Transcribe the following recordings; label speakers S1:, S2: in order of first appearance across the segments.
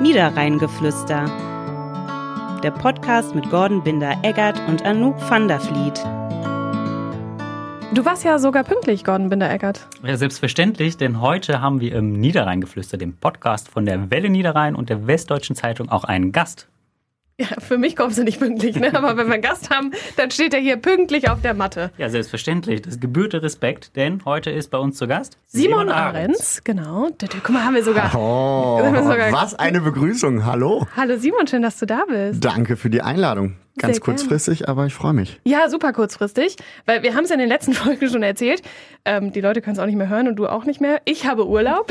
S1: Niederrheingeflüster. Der Podcast mit Gordon Binder-Eggert und Anouk van der Vliet.
S2: Du warst ja sogar pünktlich, Gordon Binder-Eggert.
S3: Ja, selbstverständlich, denn heute haben wir im Niederrheingeflüster, dem Podcast von der Welle Niederrhein und der Westdeutschen Zeitung, auch einen Gast.
S2: Ja, für mich kommst du nicht pünktlich, ne? aber wenn wir einen Gast haben, dann steht er hier pünktlich auf der Matte.
S3: Ja, selbstverständlich. Das gebührte Respekt, denn heute ist bei uns zu Gast
S2: Simon, Ahrens, genau. D- d- Guck mal, haben wir sogar.
S4: Oh,
S2: haben wir sogar-
S4: was eine Begrüßung. Hallo.
S2: Hallo Simon, schön, dass du da bist.
S4: Danke für die Einladung. Ganz
S2: Sehr
S4: kurzfristig, aber ich freue mich.
S2: Ja, super kurzfristig, weil wir haben es in den letzten Folgen schon erzählt. Ähm, die Leute können es auch nicht mehr hören und du auch nicht mehr. Ich habe Urlaub.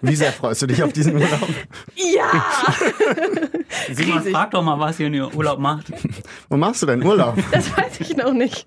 S4: Wie sehr freust du dich auf diesen Urlaub?
S2: ja!
S3: Simon,
S2: riesig.
S3: frag doch mal, was ihr in ihrem Urlaub macht.
S4: Wo machst du deinen Urlaub?
S2: Das weiß ich noch nicht.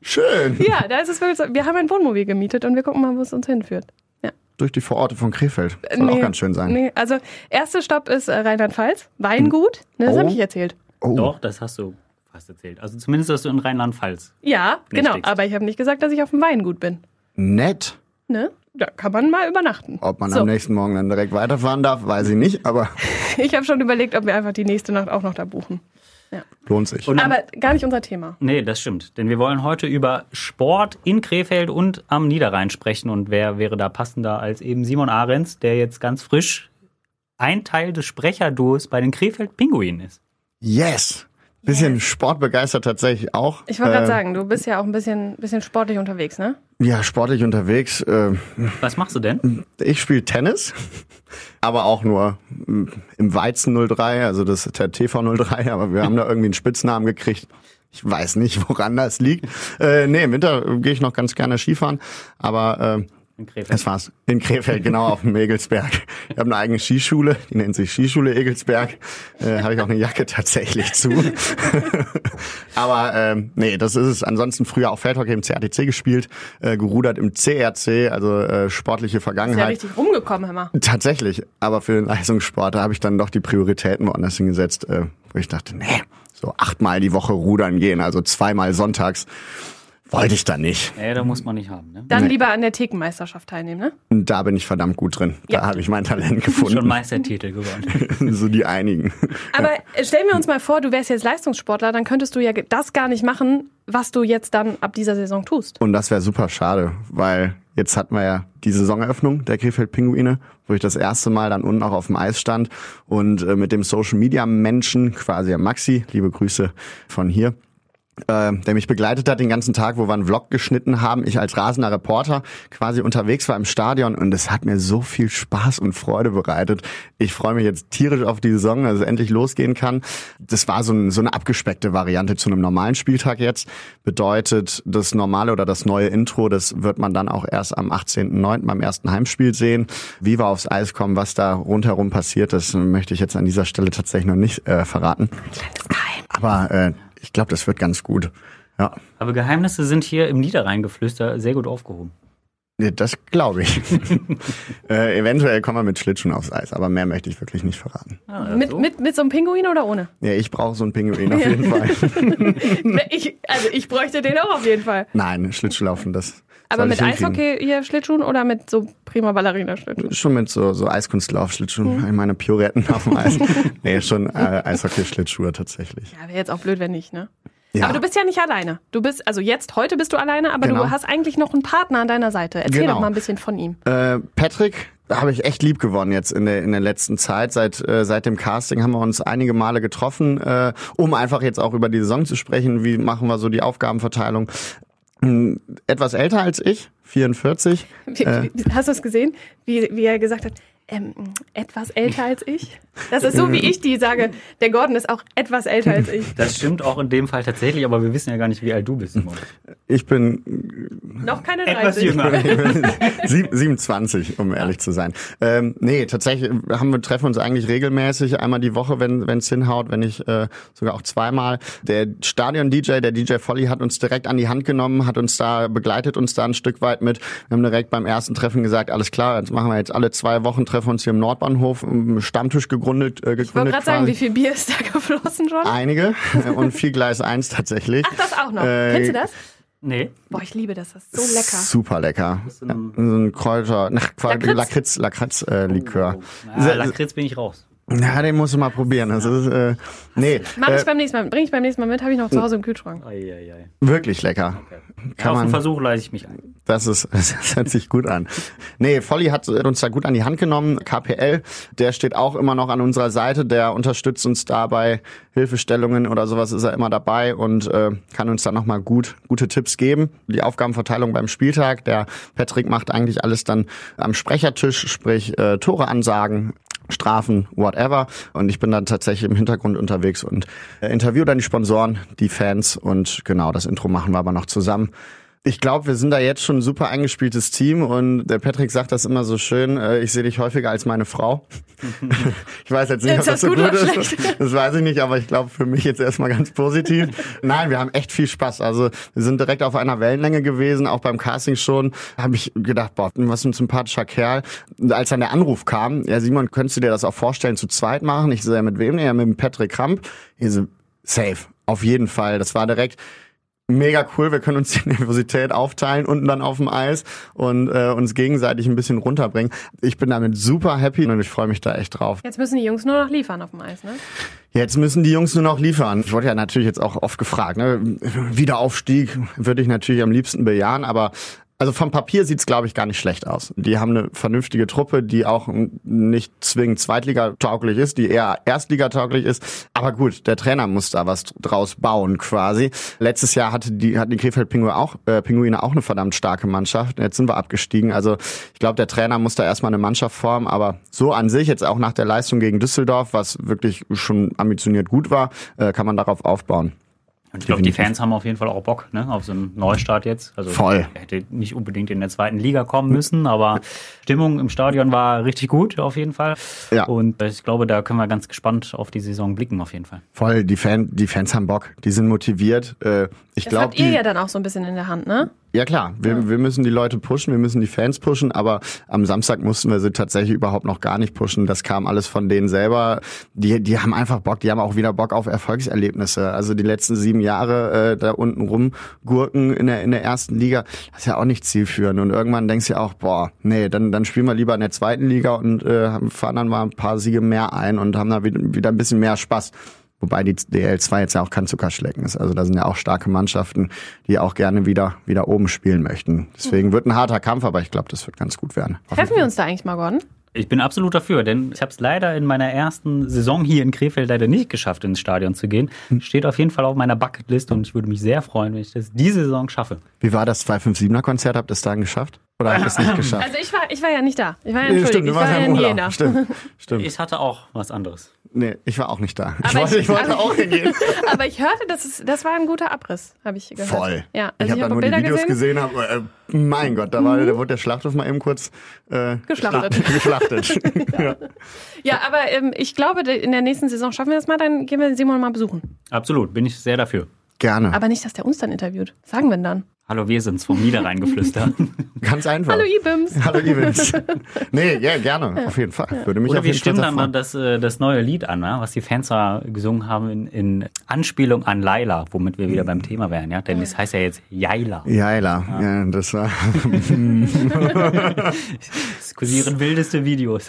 S4: Schön.
S2: Ja, da ist es wirklich so. Wir haben ein Wohnmobil gemietet und wir gucken mal, wo es uns hinführt. Ja.
S4: Durch die Vororte von Krefeld. Soll auch
S2: Nee,
S4: ganz schön sein.
S2: Nee, also erster Stopp ist äh, Rheinland-Pfalz, Weingut. Ne, das
S4: Oh.
S2: habe ich erzählt.
S4: Oh,
S3: Doch, das hast du fast erzählt. Also zumindest, dass du in Rheinland-Pfalz.
S2: Ja, genau.
S3: Richtig.
S2: Aber ich habe nicht gesagt, dass ich auf dem Weingut bin.
S4: nett.
S2: Ne? Da kann man mal übernachten.
S4: Ob man
S2: so,
S4: am nächsten Morgen dann direkt weiterfahren darf, weiß ich nicht, aber
S2: ich habe schon überlegt, ob wir einfach die nächste Nacht auch noch da buchen.
S4: lohnt sich.
S3: Und am-
S2: Aber gar nicht unser Thema.
S3: Nee, das stimmt. Denn wir wollen heute über Sport in Krefeld und am Niederrhein sprechen. Und wer wäre da passender als eben Simon Ahrens, der jetzt ganz frisch ein Teil des Sprecherduos bei den Krefeld Pinguinen ist.
S4: Yes. Bisschen sportbegeistert tatsächlich auch.
S2: Ich wollte gerade
S4: Äh,
S2: sagen, du bist ja auch ein bisschen, bisschen sportlich unterwegs, ne?
S4: Ja, sportlich unterwegs. Äh,
S3: Was machst du denn?
S4: Ich spiele Tennis, aber auch nur mm, im Weizen 03, also das ist der TV 03, aber wir haben da irgendwie einen Spitznamen gekriegt. Ich weiß nicht, woran das liegt. Äh, nee, im Winter gehe ich noch ganz gerne Skifahren,
S3: In
S4: aber äh, das
S3: Krefeld.
S4: war's. In Krefeld, genau, auf dem Egelsberg. Ich habe eine eigene Skischule, die nennt sich Skischule Egelsberg. Äh, habe ich auch eine Jacke tatsächlich zu. Aber ähm, nee, das ist es. Ansonsten früher auch Feldhockey im CRTC gespielt, äh, gerudert im CRC, also äh, sportliche
S2: Ist ja
S4: Vergangenheit.
S2: richtig rumgekommen, Hammer.
S4: Tatsächlich, aber für den Leistungssport, da habe ich dann doch die Prioritäten woanders hingesetzt, äh, wo ich dachte, nee, so achtmal die Woche rudern gehen, also zweimal sonntags, wollte ich dann nicht.
S3: Nee, da muss man nicht haben. Ne?
S2: Dann lieber an der Thekenmeisterschaft teilnehmen, ne?
S4: Und da bin ich verdammt gut drin. Da habe ich mein Talent gefunden.
S3: Schon Meistertitel gewonnen.
S4: so die einigen.
S2: Aber äh, stellen wir uns mal vor, du wärst jetzt Leistungssportler, dann könntest du ja ge- das gar nicht machen, was du jetzt dann ab dieser Saison tust.
S4: Und das wäre super schade, weil jetzt hatten wir ja die Saisoneröffnung der Krefeld Pinguine, wo ich das erste Mal dann unten auch auf dem Eis stand und äh, mit dem Social Media Menschen, quasi der Maxi, liebe Grüße von hier. Äh, der mich begleitet hat den ganzen Tag, wo wir einen Vlog geschnitten haben. Ich als rasender Reporter quasi unterwegs war im Stadion und es hat mir so viel Spaß und Freude bereitet. Ich freue mich jetzt tierisch auf die Saison, dass es endlich losgehen kann. Das war so, ein, so eine abgespeckte Variante zu einem normalen Spieltag jetzt. Bedeutet, das normale oder das neue Intro, das wird man dann auch erst am 18.09. beim ersten Heimspiel sehen. Wie wir aufs Eis kommen, was da rundherum passiert, das möchte ich jetzt an dieser Stelle tatsächlich noch nicht äh, verraten. Aber äh, ich glaube, das wird ganz gut. Ja,
S3: Aber Geheimnisse sind hier im Niederrheingeflüster sehr gut aufgehoben.
S4: nee, das glaube ich. äh, eventuell kommen wir mit Schlittschuhen aufs Eis, aber mehr möchte ich wirklich nicht verraten.
S3: Ah,
S2: Mit,
S3: so.
S2: mit, mit so einem Pinguin oder ohne?
S4: Ja, ich brauche so einen Pinguin auf jeden Fall. Hm.
S2: Ne, Ich, also ich bräuchte den auch auf jeden Fall.
S4: Nein, Schlittschuhlaufen, das.
S2: Aber
S4: soll
S2: mit
S4: ich hinkriegen.
S2: Eishockey hier Schlittschuhen oder mit so prima Ballerina-Schlittschuhen?
S4: Schon mit so, so
S2: Mhm.
S4: Eiskunstlauf-Schlittschuhen. Ich meine, Pioretten auf dem Eis. nee, schon äh, Eishockey-Schlittschuhe tatsächlich.
S2: Ja, wäre jetzt auch blöd, wenn nicht, ne?
S4: Ja.
S2: Aber du bist ja nicht alleine. Du bist, also jetzt, heute bist du alleine, aber du
S4: Genau.
S2: hast eigentlich noch einen Partner an deiner Seite. Erzähl
S4: Genau.
S2: doch mal ein bisschen von ihm.
S4: Äh, Patrick habe ich echt lieb gewonnen jetzt in der in der letzten Zeit. Seit äh, seit dem Casting haben wir uns einige Male getroffen, äh, um einfach jetzt auch über die Saison zu sprechen. Wie machen wir so die Aufgabenverteilung? Hm, Etwas älter als ich, 44.
S2: Wie, wie, hast du es gesehen, wie, wie er gesagt hat? Ähm, etwas älter als ich. Das ist so, wie ich die sage. Der Gordon ist auch etwas älter als ich.
S3: das stimmt auch in dem Fall tatsächlich, aber wir wissen ja gar nicht, wie alt du bist, Simon.
S4: Ich bin
S2: Noch keine
S3: Etwas
S2: 30.
S3: jünger.
S4: Sieb- 27, um ehrlich zu sein. Ähm, nee, tatsächlich haben wir treffen uns eigentlich regelmäßig einmal die Woche, wenn wenn's hinhaut, wenn ich äh, sogar auch zweimal. Der Stadion DJ, der DJ Folly hat uns direkt an die Hand genommen, hat uns da begleitet uns da ein Stück weit mit. Wir haben direkt beim ersten Treffen gesagt, alles klar, jetzt machen wir jetzt alle zwei Wochen treffen uns hier im Nordbahnhof, im Stammtisch gegründet äh, gegründet
S2: Ich wollte gerade sagen,
S4: quasi.
S2: wie viel Bier ist da geflossen schon?
S4: einige äh, und viel Gleis 1 tatsächlich.
S2: Ach, das auch noch.
S4: Äh,
S2: Kennst du das?
S3: Nee.
S2: Boah, ich liebe das. Das ist so lecker.
S4: Super lecker.
S3: du
S4: Ja,
S3: einem-
S4: So ein Kräuter, nach
S2: Lakritz?
S4: Lakritz, Lakritz, Lakritz äh, Likör.
S3: Oh, Na,
S4: Sehr-
S3: Ah, Lakritz bin ich raus.
S4: Ja, den musst du mal probieren. Das ist, äh, nee,
S2: Mach ich
S4: äh,
S2: beim nächsten Mal, bring ich beim nächsten Mal mit, habe ich noch zu Hause im Kühlschrank.
S3: Eieiei.
S4: wirklich lecker. Kann
S3: Auf den
S4: man,
S3: Versuch leite ich mich ein.
S4: Das ist, das hört sich gut an. Nee, Volli hat uns da gut an die Hand genommen. KPL, der steht auch immer noch an unserer Seite, der unterstützt uns dabei. Hilfestellungen oder sowas ist er immer dabei und äh, kann uns da nochmal gut, gute Tipps geben. Die Aufgabenverteilung beim Spieltag, der Patrick macht eigentlich alles dann am Sprechertisch, sprich äh, Tore ansagen. Strafen, whatever. Und ich bin dann tatsächlich im Hintergrund unterwegs und äh, interview dann die Sponsoren, die Fans und genau das Intro machen wir aber noch zusammen. Ich glaube, wir sind da jetzt schon ein super eingespieltes Team und der Patrick sagt das immer so schön, äh, ich sehe dich häufiger als meine Frau. ich weiß jetzt nicht,
S2: Ist
S4: ob
S2: das
S4: das so
S2: gut
S4: gut,
S2: oder
S4: ist. Das weiß ich nicht, aber ich glaube für mich jetzt erstmal ganz positiv. Nein, wir haben echt viel Spaß. Also wir sind direkt auf einer Wellenlänge gewesen, auch beim Casting schon. Habe ich gedacht, boah, was ein sympathischer Kerl. Und als dann der Anruf kam, ja Simon, könntest du dir das auch vorstellen, zu zweit machen? Ich so, ja mit wem? Ja, mit dem Patrick Kramp. Ich so, safe, auf jeden Fall. Das war direkt, mega cool. Wir können uns die Nervosität aufteilen, unten dann auf dem Eis und äh, uns gegenseitig ein bisschen runterbringen. Ich bin damit super happy und ich freue mich da echt drauf.
S2: Jetzt müssen die Jungs nur noch liefern auf dem Eis, ne?
S4: Jetzt müssen die Jungs nur noch liefern. Ich wurde ja natürlich jetzt auch oft gefragt. Ne? Wiederaufstieg würde ich natürlich am liebsten bejahen, aber also vom Papier sieht's glaube ich, gar nicht schlecht aus. Die haben eine vernünftige Truppe, die auch nicht zwingend Zweitliga-tauglich ist, die eher Erstliga-tauglich ist. Aber gut, der Trainer muss da was draus bauen quasi. Letztes Jahr hatte die, hatten die Krefeld-Pinguine auch, äh, Pinguine auch eine verdammt starke Mannschaft. Jetzt sind wir abgestiegen. Also ich glaube, der Trainer muss da erstmal eine Mannschaft formen. Aber so an sich, jetzt auch nach der Leistung gegen Düsseldorf, was wirklich schon ambitioniert gut war, äh, kann man darauf aufbauen.
S3: Und ich glaube, die Fans haben auf jeden Fall auch Bock ne? auf so einen Neustart jetzt. Also
S4: Voll.
S3: er hätte nicht unbedingt in der zweiten Liga kommen müssen, aber Stimmung im Stadion war richtig gut auf jeden Fall.
S4: Ja.
S3: Und äh, ich glaube, da können wir ganz gespannt auf die Saison blicken auf jeden Fall.
S4: Voll, die, Fan, die Fans haben Bock, die sind motiviert. Äh, ich
S2: Das
S4: glaube,
S2: habt ihr ja dann auch so ein bisschen in der Hand, ne?
S4: Ja klar, wir, wir müssen die Leute pushen, wir müssen die Fans pushen, aber am Samstag mussten wir sie tatsächlich überhaupt noch gar nicht pushen. Das kam alles von denen selber. Die, die haben einfach Bock, die haben auch wieder Bock auf Erfolgserlebnisse. Also die letzten sieben Jahre äh, da unten rumgurken in der, in der ersten Liga, das ist ja auch nicht zielführend. Und irgendwann denkst du ja auch, boah, nee, dann, dann spielen wir lieber in der zweiten Liga und äh, fahren dann mal ein paar Siege mehr ein und haben da wieder, wieder ein bisschen mehr Spaß. Wobei die DL2 jetzt ja auch kein Zuckerschlecken ist. Also da sind ja auch starke Mannschaften, die auch gerne wieder, wieder oben spielen möchten. Deswegen wird ein harter Kampf, aber ich glaube, das wird ganz gut werden.
S2: Hm. Treffen wir uns da eigentlich mal, Gordon?
S3: Ich bin absolut dafür, denn ich habe es leider in meiner ersten Saison hier in Krefeld leider nicht geschafft, ins Stadion zu gehen.
S4: Hm.
S3: Steht auf jeden Fall auf meiner Bucketlist und ich würde mich sehr freuen, wenn ich das diese Saison schaffe.
S4: Wie war das 257er Konzert? Habt ihr es dann geschafft? Oder habt ihr es nicht geschafft?
S2: Also ich war, ich war ja nicht da. Ich war ja
S4: Nee,
S2: entschuldigt. ich war ja in Jena.
S4: Urlaub. Stimmt, stimmt.
S3: Ich hatte auch was anderes.
S4: Nee, ich war auch nicht da. Ich
S2: Aber
S4: wollte,
S2: ich-
S4: ich wollte
S2: aber-
S4: auch hingehen.
S2: Aber ich hörte, das, ist, das war ein guter Abriss, habe ich gehört.
S4: Voll.
S2: Ja,
S4: ich
S2: also
S4: habe
S2: ich
S4: dann
S2: habe
S4: nur
S2: Bilder
S4: die Videos
S2: gesehen. Mhm.
S4: gesehen, hab, äh, mein Gott, da, war, da wurde der Schlachthof mal eben kurz äh,
S2: Geschlachtet.
S4: geschlachtet. ja.
S2: Ja, aber ähm, ich glaube, de- in der nächsten Saison schaffen wir das mal, dann gehen wir Simon mal besuchen.
S3: Absolut, bin ich sehr dafür.
S4: Gerne.
S2: Aber nicht, dass der uns dann interviewt. Sagen wir ihn dann.
S3: Hallo, wir sind's vom Niederrhein geflüstert.
S4: Ganz einfach.
S2: Hallo Ibims.
S4: Hallo Evans. Nee, ja, gerne, auf jeden Fall. Würde mich
S3: Oder
S4: auf
S3: wir
S4: jeden Fall
S3: stimmen
S4: sehr
S3: dann mal
S4: freuen.
S3: das, äh, das neue Lied an, ne? was die Fans da gesungen haben in, in Anspielung an Laila, womit wir wieder beim Thema wären, ja? Denn es heißt ja jetzt Jaila.
S4: Jaila, ja, das war
S3: Es kursieren wildeste Videos.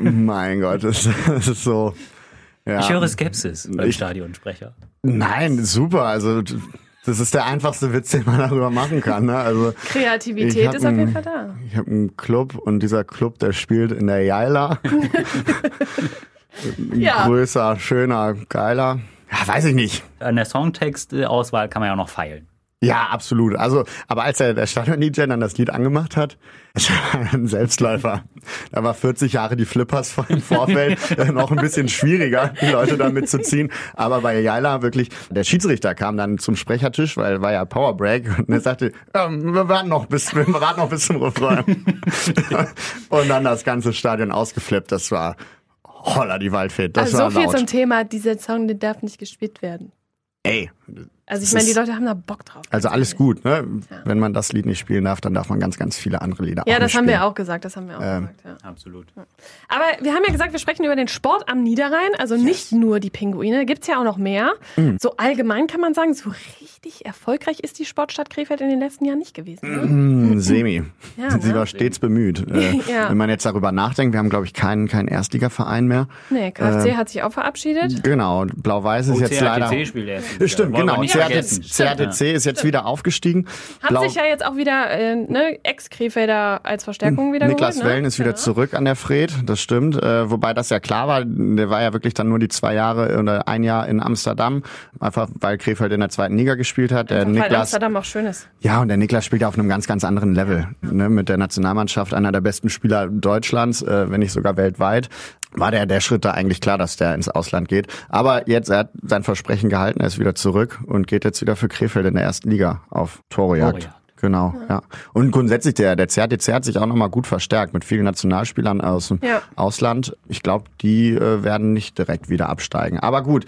S4: mein Gott, das, das ist so. Ja.
S3: Ich höre Skepsis beim
S4: Ich-
S3: Stadionsprecher.
S4: Nein, super. Also das ist der einfachste Witz, den man darüber machen kann. Ne? Also Ich
S2: Kreativität
S4: hab
S2: ist auf jeden
S4: ein-
S2: Fall da.
S4: ich habe einen Club und dieser Club, der spielt in der Jaila.
S2: Ja.
S4: Größer, schöner, geiler. Ja, weiß ich nicht.
S3: An Äh, der Songtextauswahl kann man ja auch noch feilen.
S4: Ja, absolut. Also, aber als der, der Stadion-DJ dann das Lied angemacht hat, es war ein Selbstläufer. Da war 40 Jahre die Flippers vor im Vorfeld äh, noch ein bisschen schwieriger, die Leute da mitzuziehen. Aber bei Jaila wirklich, der Schiedsrichter kam dann zum Sprechertisch, weil war ja Powerbreak und er sagte, ähm, wir warten noch bis, wir warten noch bis zum Refrain. und dann das ganze Stadion ausgeflippt. Das war holla die Waldfee. Das
S2: also so
S4: war
S2: viel
S4: laut.
S2: zum Thema, dieser Song, der darf nicht gespielt werden.
S4: Ey,
S2: Also ich
S4: Es
S2: meine, die
S4: ist-
S2: Leute haben da Bock drauf.
S4: Also alles gut, ne? Wenn man das Lied nicht spielen darf, dann darf man ganz, ganz viele andere Lieder
S2: Ja,
S4: auch
S2: das
S4: nicht
S2: haben
S4: spielen.
S2: wir auch gesagt, das haben wir auch
S4: Ähm.
S2: gesagt. Ja.
S3: Absolut.
S2: Aber wir haben ja gesagt, wir sprechen über den Sport am Niederrhein, also nicht nur die Pinguine, gibt's ja auch noch mehr.
S4: Mhm.
S2: So allgemein kann man sagen, so richtig erfolgreich ist die Sportstadt Krefeld in den letzten Jahren nicht gewesen. Ne?
S4: Hm, Semi.
S2: Ja,
S4: Sie
S2: ne?
S4: war stets bemüht. Äh,
S2: Ja.
S4: Wenn man jetzt darüber nachdenkt, wir haben, glaube ich, keinen, keinen Erstligaverein mehr.
S2: Nee, KFC
S4: Ähm.
S2: hat sich auch verabschiedet.
S4: Genau, und Blau-Weiß
S3: Oh,
S4: ist jetzt leider.
S3: spielt erst.
S4: Stimmt, genau. CHDC, CHDC ist jetzt wieder aufgestiegen.
S2: Hat
S4: Blau-
S2: sich ja jetzt auch wieder äh, ne, Ex-Krefelder als Verstärkung wieder
S4: Mhm. Niklas
S2: geholt. ne?
S4: Wellen ist wieder zurück an der Fred, das stimmt. Äh, wobei das ja klar war, der war ja wirklich dann nur die zwei Jahre oder ein Jahr in Amsterdam, einfach weil Krefeld in der zweiten Liga gespielt hat. Der
S2: Weil
S4: Äh, Niklas,
S2: Amsterdam auch schön ist.
S4: ja, und der Niklas spielt ja auf einem ganz, ganz anderen Level. Ne? Mit der Nationalmannschaft, einer der besten Spieler Deutschlands, äh, wenn nicht sogar weltweit, war der, der Schritt da eigentlich klar, dass der ins Ausland geht. Aber jetzt, er hat sein Versprechen gehalten, er ist wieder zurück und geht jetzt wieder für Krefeld in der ersten Liga auf Torejagd.
S3: Torejagd.
S4: Genau, ja. Und grundsätzlich, der, der CRTC hat sich auch nochmal gut verstärkt mit vielen Nationalspielern aus dem
S2: Ja.
S4: Ausland. Ich glaube, die äh, werden nicht direkt wieder absteigen. Aber gut,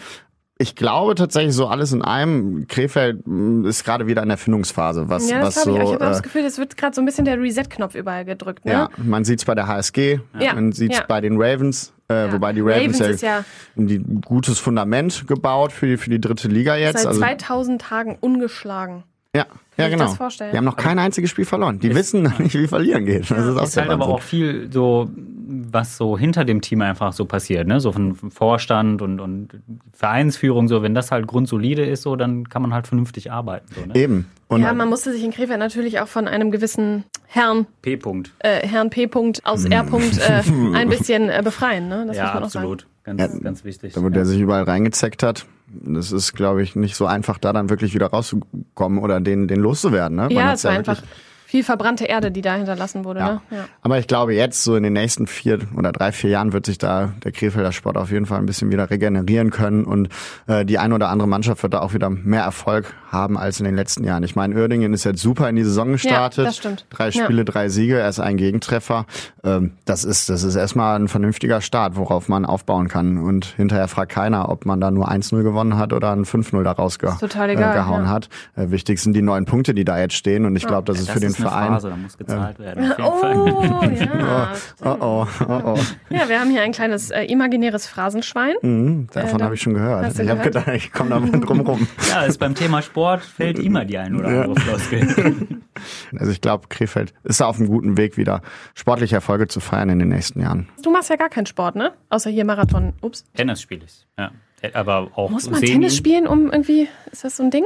S4: ich glaube tatsächlich so alles in einem. Krefeld mh, ist gerade wieder in der Findungsphase, was,
S2: Ja, das
S4: was
S2: glaube
S4: so.
S2: ich. auch. Ich habe auch
S4: äh,
S2: das Gefühl, es wird gerade so ein bisschen der Reset-Knopf überall gedrückt. Ne?
S4: ja, man sieht's bei der HSG,
S2: Ja.
S4: man sieht's
S2: Ja.
S4: bei den Ravens, äh,
S2: Ja.
S4: wobei die Ravens,
S2: Ravens ist
S4: ja,
S2: ja-
S4: die ein gutes Fundament gebaut für die, für die dritte Liga jetzt.
S2: Seit
S4: also,
S2: 2000 Tagen ungeschlagen.
S4: ja, ja,
S2: ich
S4: genau.
S2: das vorstellen?
S4: Die haben noch kein einziges Spiel verloren. Die wissen noch nicht, wie verlieren geht. Das ist auch
S3: ist
S4: der
S3: halt aber
S4: Wahnsinn.
S3: auch viel so, was so hinter dem Team einfach so passiert, ne? So von vom Vorstand und, und Vereinsführung, so, wenn das halt grundsolide ist, so, dann kann man halt vernünftig arbeiten. So, ne?
S4: Eben. Und
S2: Ja, man musste sich in Krefeld natürlich auch von einem gewissen Herrn,
S3: P-Punkt.
S2: äh, Herrn P. -Punkt aus R. -Punkt, äh, ein bisschen äh, befreien. Ne? Das
S3: Ja,
S2: muss man
S3: absolut. Ganz, ganz wichtig.
S4: Da, wo der sich überall reingezeckt hat. Das ist, glaube ich, nicht so einfach, da dann wirklich wieder rauszukommen oder den, den loszuwerden. Ne?
S2: Auch sagen.
S4: Man
S2: Ja,
S4: hat's
S2: es war
S4: wirklich-
S2: einfach viel verbrannte Erde, die da hinterlassen wurde. Ne? Ja.
S4: Aber ich glaube, jetzt so in den nächsten vier oder drei, vier Jahren wird sich da der Krefelder Sport auf jeden Fall ein bisschen wieder regenerieren können und äh, die eine oder andere Mannschaft wird da auch wieder mehr Erfolg haben als in den letzten Jahren. Ich meine, Oerdingen ist jetzt super in die Saison gestartet.
S2: das stimmt.
S4: Drei
S2: Ja.
S4: Spiele, drei Siege, erst ein Gegentreffer. Ähm, das ist, das ist erstmal ein vernünftiger Start, worauf man aufbauen kann. Und hinterher fragt keiner, ob man da nur 1-0 gewonnen hat oder ein 5-0 daraus ge
S2: total egal,
S4: äh, gehauen
S2: ja.
S4: hat. Äh, wichtig sind die neun Punkte, die da jetzt stehen. Und ich glaube, das ist
S3: das
S4: für den
S3: ist eine
S4: Verein.
S3: Phase, da muss gezahlt werden. Auf jeden Fall.
S2: Oh, ja.
S4: Oh oh, oh oh.
S2: ja, wir haben hier ein kleines äh, imaginäres Phrasenschwein.
S4: Mhm, davon
S2: da-
S4: habe ich schon gehört.
S2: hast du
S4: Ich habe
S2: gehört?
S4: gedacht, ich komme da mal drum rum.
S3: Ja, ist beim Thema Sport fällt immer die ein oder andere Floskel.
S4: Also ich glaube, Krefeld ist da auf einem guten Weg, wieder sportliche Erfolge zu feiern in den nächsten Jahren.
S2: Du machst ja gar keinen Sport, ne? Außer hier Marathon. Ups.
S3: Tennis spiele ich. Ja. Aber auch
S2: Muss man
S3: Semi-
S2: Tennis spielen, um irgendwie. Ist das so ein Ding?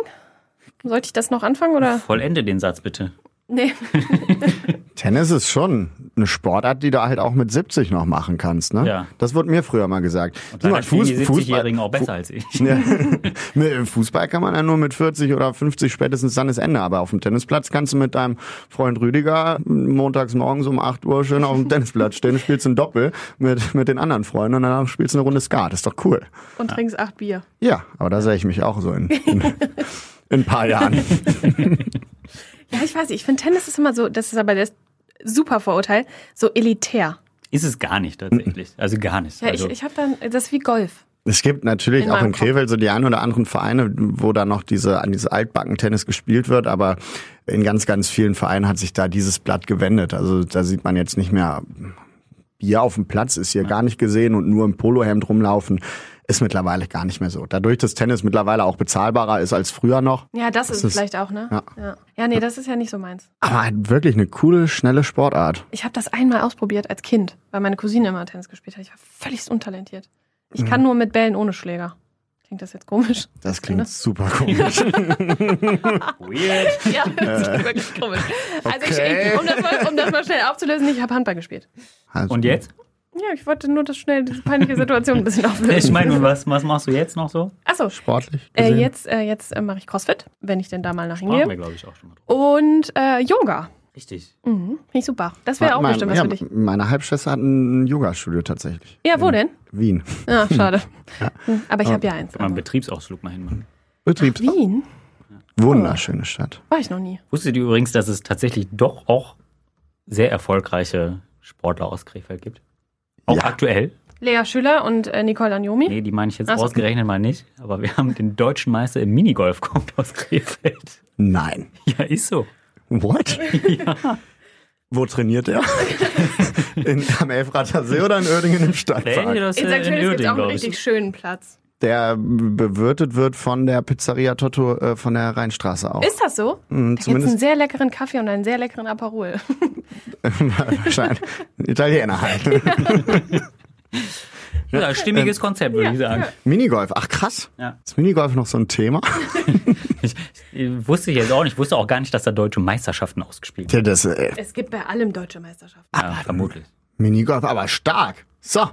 S2: Sollte ich das noch anfangen oder?
S3: Vollende den Satz bitte.
S2: Nee.
S4: Tennis ist schon eine Sportart, die du halt auch mit 70 noch machen kannst. Ne?
S3: Ja.
S4: Das wurde mir früher mal gesagt.
S3: Und
S4: Guck
S3: dann
S4: mal,
S3: spielen die
S4: Fuß-
S3: 70-Jährigen auch besser als ich.
S4: Ja. Mit Fußball kann man ja nur mit 40 oder 50 spätestens dann ist Ende. Aber auf dem Tennisplatz kannst du mit deinem Freund Rüdiger montags morgens um 8 Uhr schön auf dem Tennisplatz stehen, spielst ein Doppel mit, mit den anderen Freunden und danach spielst du eine Runde Skat. Ist doch cool.
S2: Und trinkst acht Bier.
S4: Ja, aber da sehe ich mich auch so in, in, in ein paar Jahren.
S2: Ja, ich weiß, nicht. ich finde Tennis ist immer so, das ist aber das super Vorurteil, so elitär.
S3: Ist es gar nicht tatsächlich. Also gar nicht.
S2: Ja,
S3: also,
S2: ich, ich habe dann, das ist wie Golf.
S4: Es gibt natürlich
S2: In
S4: auch
S2: meinem
S4: in Krefeld so die ein oder anderen Vereine, wo da noch diese, an dieses Altbacken-Tennis gespielt wird, aber in ganz, ganz vielen Vereinen hat sich da dieses Blatt gewendet. Also da sieht man jetzt nicht mehr, Bier auf dem Platz ist hier gar nicht gesehen und nur im Polohemd rumlaufen, ist mittlerweile gar nicht mehr so. Dadurch, dass Tennis mittlerweile auch bezahlbarer ist als früher noch,
S2: Ja, das, ist,
S4: ist-
S2: vielleicht auch, ne?
S4: ja.
S2: ja. Ja, nee, das ist ja nicht so meins.
S4: aber halt wirklich eine coole, schnelle Sportart.
S2: Ich habe das einmal ausprobiert als Kind, weil meine Cousine immer Tennis gespielt hat. Ich war völlig untalentiert. Ich kann nur mit Bällen ohne Schläger. Klingt das jetzt komisch?
S4: Das klingt super komisch.
S3: oh, weird.
S2: Ja, das klingt wirklich komisch. Also ich,
S4: Okay.
S2: ich, um, das mal, um das mal schnell aufzulösen, ich habe Handball gespielt.
S4: Also-
S3: Und jetzt?
S2: Ja, ich wollte nur das schnell, diese peinliche Situation ein bisschen
S3: Ich
S2: auflösen.
S3: meine, und was, was machst du jetzt noch so?
S2: Achso,
S4: Sportlich?
S2: äh,
S4: gesehen?
S2: jetzt, äh, jetzt äh, mache ich CrossFit, wenn ich denn da mal nach
S3: Machen wir,
S2: hingehe.
S3: glaube ich, auch schon mal drauf.
S2: Und äh, Yoga.
S3: Richtig.
S2: Mhm, finde ich super. Das wäre auch
S4: Mein-
S2: bestimmt was
S4: ja,
S2: für dich.
S4: Meine Halbschwester hat ein Yoga-Studio tatsächlich.
S2: Ja, wo denn?
S4: Wien.
S2: Ja, Ah, schade. Hm, Aber ich habe ja eins.
S3: Kann man einen Betriebsausflug mal hinmachen.
S4: Betriebs.
S2: Wien?
S4: Wunderschöne Stadt.
S2: War ich noch nie.
S3: Wusstet ihr übrigens, dass es tatsächlich doch auch sehr erfolgreiche Sportler aus Krefeld gibt? Auch
S4: Ja.
S3: aktuell?
S2: Lea Schüler und äh, Nicole Anjomi.
S3: Nee, die meine ich jetzt
S2: Ach so.
S3: ausgerechnet mal nicht. Aber wir haben den deutschen Meister im Minigolf kommt aus Krefeld.
S4: Nein.
S3: Ja, ist so.
S4: What? Wo trainiert er? in, am Elfrater See oder in Oerdingen im Stadtpark?
S3: das äh,
S2: In St. Tönis gibt es auch einen
S3: glaub
S2: richtig schönen Platz.
S4: Der bewirtet wird von der Pizzeria Totto äh, von der Rheinstraße auch. Hm,
S2: Ist das so? da gibt
S4: zumindest-
S2: einen sehr leckeren Kaffee und einen sehr leckeren Aperol.
S4: Wahrscheinlich. Italiener halt.
S3: Ja,
S4: Ähm,
S3: stimmiges Konzept, würde ich sagen.
S4: Minigolf, ach krass.
S3: Ja.
S4: Ist Minigolf noch so ein Thema?
S3: Ich, ich, äh, wusste ich jetzt auch nicht. Ich wusste auch gar nicht, dass da deutsche Meisterschaften ausgespielt werden.
S4: Ja, das, äh,
S2: Es gibt bei allem deutsche Meisterschaften.
S3: Ja, vermutlich.
S4: Minigolf, aber stark. So,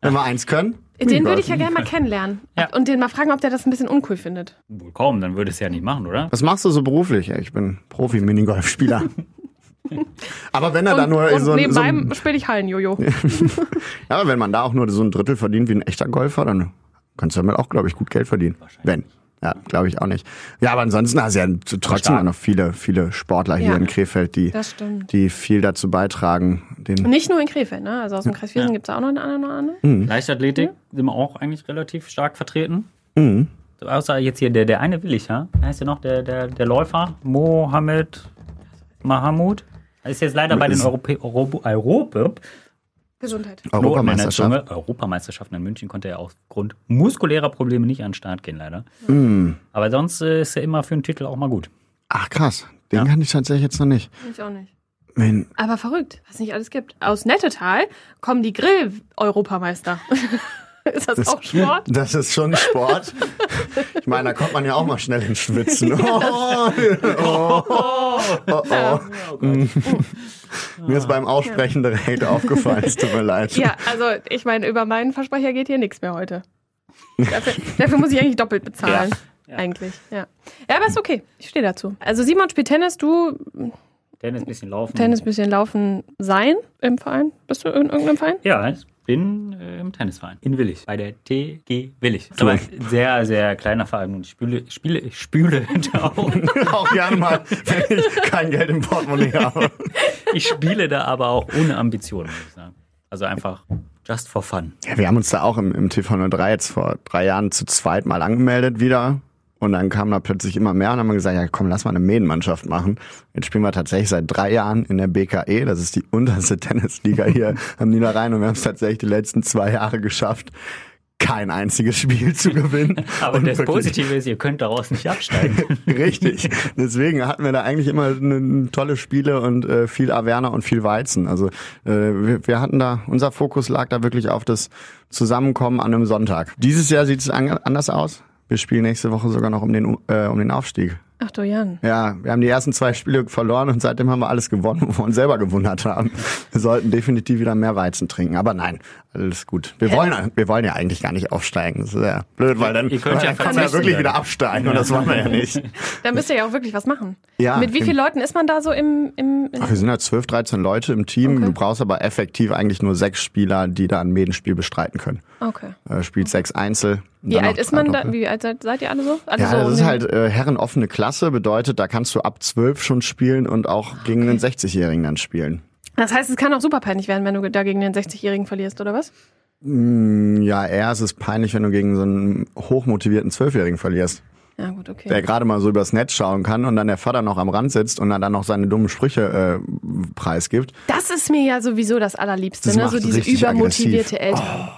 S4: wenn wir eins können.
S2: Den
S4: Minigolf.
S2: würde ich ja gerne mal kennenlernen.
S3: Ja.
S2: Und den mal fragen, ob der das ein bisschen uncool findet.
S3: Wohl kaum, dann würde es ja nicht machen, oder?
S4: Was machst du so beruflich? Ja, ich bin Profi-Minigolf-Spieler. aber wenn er da nur
S2: und
S4: so, ein- so
S2: nebenbei
S4: ein,
S2: spiele ich Hallenjojo.
S4: ja, aber wenn man da auch nur so ein Drittel verdient wie ein echter Golfer, dann kannst du damit auch, glaube ich, gut Geld verdienen. Wenn. Ja, glaube ich auch nicht. Ja, aber ansonsten hast du ja trotzdem
S3: Stark.
S4: auch noch viele, viele Sportler hier
S2: Ja.
S4: in Krefeld, die,
S2: Das stimmt.
S4: die viel dazu beitragen. Den
S2: Nicht nur in Krefeld, ne? Also aus dem Kreis Viersen gibt es auch noch einen anderen. anderen.
S3: Hm.
S4: Mhm.
S3: Leichtathletik sind wir auch eigentlich relativ stark vertreten.
S4: Mhm.
S3: So, Außer jetzt hier der, der eine Willig, ja? Wer heißt ja noch der, der, der Läufer? Mohammed Mahamud. Ist jetzt leider bei den Europä Euro Europe
S2: Gesundheit.
S3: Knoten in der
S4: Europameisterschaft.
S3: Zunge. Europameisterschaften in München konnte er aufgrund muskulärer Probleme nicht an den Start gehen, leider.
S4: Mhm.
S3: Aber sonst äh, ist er immer für einen Titel auch mal gut.
S4: Ach krass, den kann ich tatsächlich jetzt noch nicht.
S2: Ich auch nicht.
S4: Mein,
S2: Aber verrückt, was nicht alles gibt. Aus Nettetal kommen die Grill-Europameister. Ist das, auch Sport?
S4: das ist schon Sport. ich meine, da kommt man ja auch mal schnell ins Schwitzen. Oh, mir ist beim Aussprechen direkt aufgefallen, es tut mir leid.
S2: Ja, also ich meine, über meinen Versprecher geht hier nichts mehr heute. Dafür, dafür muss ich eigentlich doppelt bezahlen. Eigentlich, ja. Ja, aber ist okay. Ich stehe dazu. Also Simon spielt Tennis, du
S4: Mhm.
S3: Tennis ein bisschen laufen.
S2: Tennis bisschen laufen sein im Verein. Bist du in irgendeinem Verein?
S3: Ja, ich bin äh, im Tennisverein in Willig. Bei der TG Willig. Aber ein sehr, sehr kleiner Verein. Und ich spüle, ich spiele, ich spüle da auch.
S4: auch gerne mal, wenn ich kein Geld im Portemonnaie habe.
S3: Ich spiele da aber auch ohne Ambitionen, muss ich sagen. Also einfach just for fun.
S4: Ja, wir haben uns da auch im, im TV03 jetzt vor drei Jahren zu zweit mal angemeldet wieder. Und dann kamen da plötzlich immer mehr und haben wir gesagt, ja komm, lass mal eine Mädenmannschaft machen. Jetzt spielen wir tatsächlich seit drei Jahren in der BKE, das ist die unterste Tennisliga hier am Niederrhein und wir haben es tatsächlich die letzten zwei Jahre geschafft, kein einziges Spiel zu gewinnen.
S3: Aber
S4: Und
S3: das
S4: wirklich-
S3: Positive ist, ihr könnt daraus nicht absteigen.
S4: Richtig. Deswegen hatten wir da eigentlich immer ne- ne tolle Spiele und äh, viel Averna und viel Weizen. Also äh, wir, wir hatten da, unser Fokus lag da wirklich auf das Zusammenkommen an einem Sonntag. Dieses Jahr sieht es an, anders aus. Wir spielen nächste Woche sogar noch um den, äh, um den Aufstieg.
S2: Ach du Jan.
S4: Ja, wir haben die ersten zwei Spiele verloren und seitdem haben wir alles gewonnen, wo wir uns selber gewundert haben. Wir sollten definitiv wieder mehr Weizen trinken. Aber nein, alles gut. Wir wollen, wir wollen ja eigentlich gar nicht aufsteigen. Das ist ja blöd, weil dann,
S3: Ihr könnt
S4: weil
S3: ja
S4: dann kann man ja
S3: verzichten
S4: wirklich
S3: dann.
S4: wieder absteigen und das wollen wir ja nicht.
S2: Da müsst ihr ja auch wirklich was machen.
S4: Ja,
S2: Mit wie
S4: im-
S2: vielen Leuten ist man da so im... im,
S4: Ach,
S2: im
S4: wir sind ja 12, 13 Leute im Team. Du brauchst aber effektiv eigentlich nur sechs Spieler, die da ein Medenspiel bestreiten können.
S2: okay.
S4: Äh, spielt sechs Einzel. und
S2: Wie
S4: dann
S2: alt
S4: noch
S2: ist
S4: drei
S2: man da?
S4: Doppel.
S2: Wie alt seid, seid ihr alle so? Alle
S4: Ja,
S2: so
S4: das
S2: um
S4: ist
S2: den-
S4: halt äh, herrenoffene Klasse, bedeutet, da kannst du ab 12 schon spielen und
S2: Ah,
S4: auch gegen einen 60-Jährigen dann spielen.
S2: Das heißt, es kann auch super peinlich werden, wenn du da gegen den 60-Jährigen verlierst, oder was?
S4: Ja, eher ist es peinlich, wenn du gegen so einen hochmotivierten Zwölfjährigen verlierst,
S2: Ja, gut, okay.
S4: der gerade mal so übers Netz schauen kann und dann der Vater noch am Rand sitzt und dann, dann noch seine dummen Sprüche äh, preisgibt.
S2: Das ist mir ja sowieso das Allerliebste,
S4: Das
S2: ne?
S4: macht
S2: So diese
S4: richtig
S2: übermotivierte
S4: aggressiv. Oh.
S2: Eltern.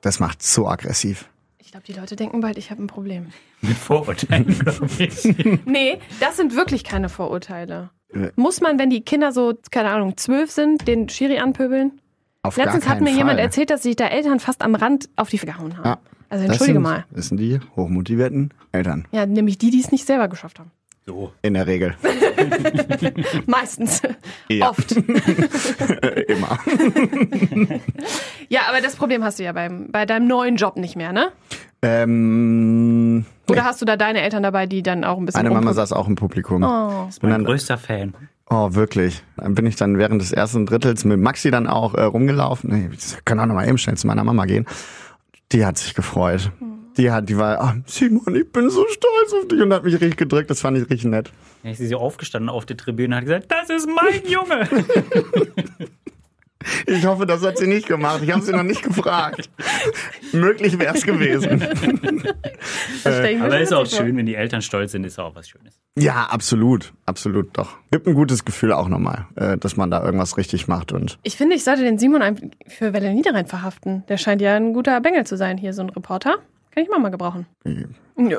S4: Das macht so aggressiv.
S2: Ich glaube, die Leute denken bald, ich habe ein Problem.
S3: Mit Vorurteilen, glaube ich.
S2: Nee, das sind wirklich keine Vorurteile.
S4: Nee.
S2: Muss man, wenn die Kinder so, keine Ahnung, zwölf sind, den Schiri anpöbeln?
S4: Auf
S2: Letztens
S4: gar
S2: hat
S4: keinen
S2: mir
S4: Fall.
S2: jemand erzählt, dass sich da Eltern fast am Rand auf die gehauen haben.
S4: Ja.
S2: Also
S4: Das
S2: entschuldige
S4: sind,
S2: mal.
S4: Das sind die hochmotivierten Eltern.
S2: Ja, nämlich die, die es nicht selber geschafft haben.
S3: So.
S4: In der Regel.
S2: Meistens. Oft.
S4: Immer.
S2: Ja, aber das Problem hast du ja beim, bei deinem neuen Job nicht mehr, ne?
S4: Ähm,
S2: Oder hast du da deine Eltern dabei, die dann auch ein bisschen
S4: meine Mama
S2: rumpumpen?
S4: saß auch im Publikum.
S2: Oh.
S4: Bin
S3: Mein
S4: dann,
S3: größter Fan.
S4: oh, wirklich. Dann bin ich dann während des ersten Drittels mit Maxi dann auch äh, rumgelaufen. Nee, wir können auch noch mal eben schnell zu meiner Mama gehen. Die hat sich gefreut.
S2: Hm.
S4: Die hat, die war, oh, Simon, ich bin so stolz auf dich und hat mich richtig gedrückt. Das fand ich richtig nett.
S3: Ja, Ich sehe sie aufgestanden auf der Tribüne und hat gesagt, das ist mein Junge.
S4: Ich hoffe, das hat sie nicht gemacht. Ich habe sie noch nicht gefragt. Möglich wäre es gewesen.
S2: Das stell ich mir
S3: Aber
S2: schon
S3: Äh, ist auch
S2: witzig vor.
S3: schön, wenn die Eltern stolz sind, ist auch was Schönes.
S4: Ja, absolut. Absolut, doch. Gibt ein gutes Gefühl auch nochmal, äh, dass man da irgendwas richtig macht und
S2: Ich finde, ich sollte den Simon ein- für Welle Niederrhein verhaften. Der scheint ja ein guter Bengel zu sein, hier so ein Reporter. Kann ich mal mal gebrauchen. Nö, nö, nö.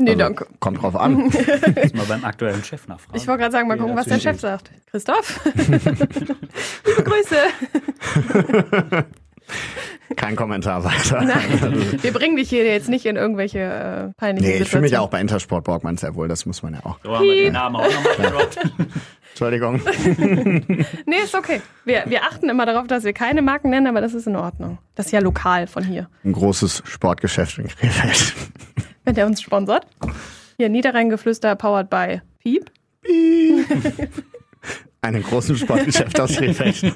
S2: Nee,
S4: also,
S2: danke.
S4: kommt drauf an.
S3: Muss mal beim aktuellen Chef nachfragen.
S2: Ich wollte gerade sagen, mal
S3: Ja,
S2: gucken, was der Chef sagt. Christoph? Liebe Grüße.
S4: Kein Kommentar weiter.
S2: Nein, wir bringen dich hier jetzt nicht in irgendwelche äh, peinlichen
S4: Nee, ich fühle mich
S2: Situationen.
S4: ja auch bei Intersport Borgmann sehr wohl, das muss man ja auch.
S3: So haben wir den Namen auch nochmal gedroppt.
S4: Entschuldigung.
S2: Nee, ist okay. Wir, wir achten immer darauf, dass wir keine Marken nennen, aber das ist in Ordnung. Das ist ja lokal von hier.
S4: Ein großes Sportgeschäft in Krefeld.
S2: Wenn der uns sponsert. Hier, Niederrheingeflüster, powered by Piep.
S4: Einen großen Sportgeschäft aus Krefeld.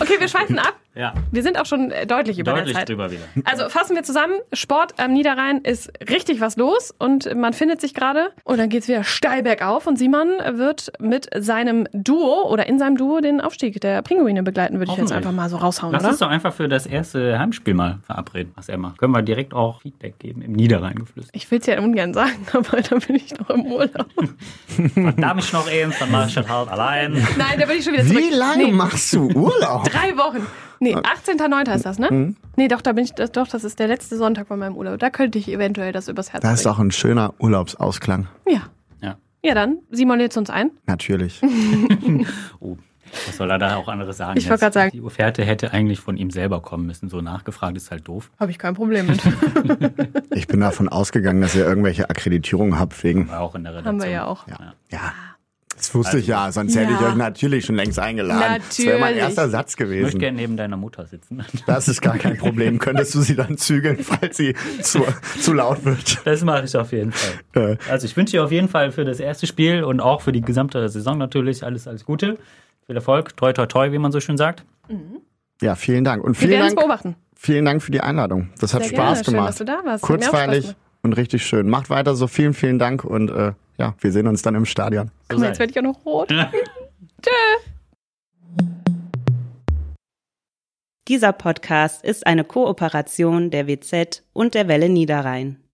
S2: Okay, wir schweifen ab.
S3: Ja,
S2: Wir sind auch schon äh, deutlich über
S3: deutlich
S2: der Zeit.
S3: drüber wieder.
S2: Also fassen wir zusammen, Sport am Niederrhein ist richtig was los und man findet sich gerade und dann geht's wieder steil bergauf und Simon wird mit seinem Duo oder in seinem Duo den Aufstieg der Pinguine begleiten, würde ich jetzt
S3: Hoffentlich.
S2: einfach mal so raushauen,
S3: Lass
S2: oder?
S3: uns doch einfach für das erste Heimspiel mal verabreden, was er macht. Können wir direkt auch Feedback geben im Niederrhein geflüstert.
S2: Ich will's ja ungern sagen, aber da bin ich noch im Urlaub.
S3: Verdammt mich noch eins, dann mach ich das halt allein.
S2: Nein, da bin ich schon wieder zurück.
S4: Wie lange
S2: Nee,
S4: machst du Urlaub?
S2: drei Wochen. Nee,
S4: Ah.
S2: 18.09. ist das, ne?
S4: Mhm.
S2: Nee, doch, da bin ich, das, doch, das ist der letzte Sonntag von meinem Urlaub. Da könnte ich eventuell das übers Herz
S4: Das ist
S2: bringen.
S4: doch ein schöner Urlaubsausklang.
S2: Ja.
S3: Ja.
S2: Ja, dann, Simon lädt uns ein.
S4: Natürlich.
S3: Oh, was soll er da auch anderes sagen?
S2: Ich wollte gerade
S3: jetzt?
S2: sagen-
S3: Die Offerte hätte eigentlich von ihm selber kommen müssen. So nachgefragt ist halt doof.
S2: Habe ich kein Problem mit.
S4: Ich bin davon ausgegangen, dass ihr irgendwelche Akkreditierungen habt wegen.
S3: War auch in der Redaktion.
S2: Haben wir ja auch.
S4: Ja. ja. Das wusste ich ja, sonst hätte ich
S2: Ja.
S4: euch natürlich schon längst eingeladen. Das wäre mein
S2: Natürlich.
S4: erster Satz
S3: Ich möchte
S4: gewesen.
S3: gerne neben deiner Mutter sitzen.
S4: Das ist gar kein Problem. Könntest du sie dann zügeln, falls sie zu, zu laut wird?
S3: Das mache ich auf jeden Fall.
S4: Äh.
S3: Also ich wünsche dir auf jeden Fall für das erste Spiel und auch für die gesamte Saison natürlich alles, alles Gute. Viel Erfolg. Toi, toi, toi, wie man so schön sagt.
S4: Ja, vielen Dank. Und
S2: Wir
S4: vielen
S2: werden es
S4: Dank,
S2: beobachten.
S4: vielen Dank für die Einladung. Das hat
S2: Sehr gerne.
S4: Spaß
S2: Schön,
S4: gemacht.
S2: dass du da warst. Hat mir auch Spaß
S4: Kurzweilig
S2: gemacht.
S4: und richtig schön. Macht weiter so. Vielen, vielen Dank und äh, ja, wir sehen uns dann im Stadion.
S3: So
S2: Guck mal,
S3: sei
S2: jetzt
S3: es.
S2: werde ich auch noch rot.
S1: Dieser Podcast ist eine Kooperation der WZ und der Welle Niederrhein.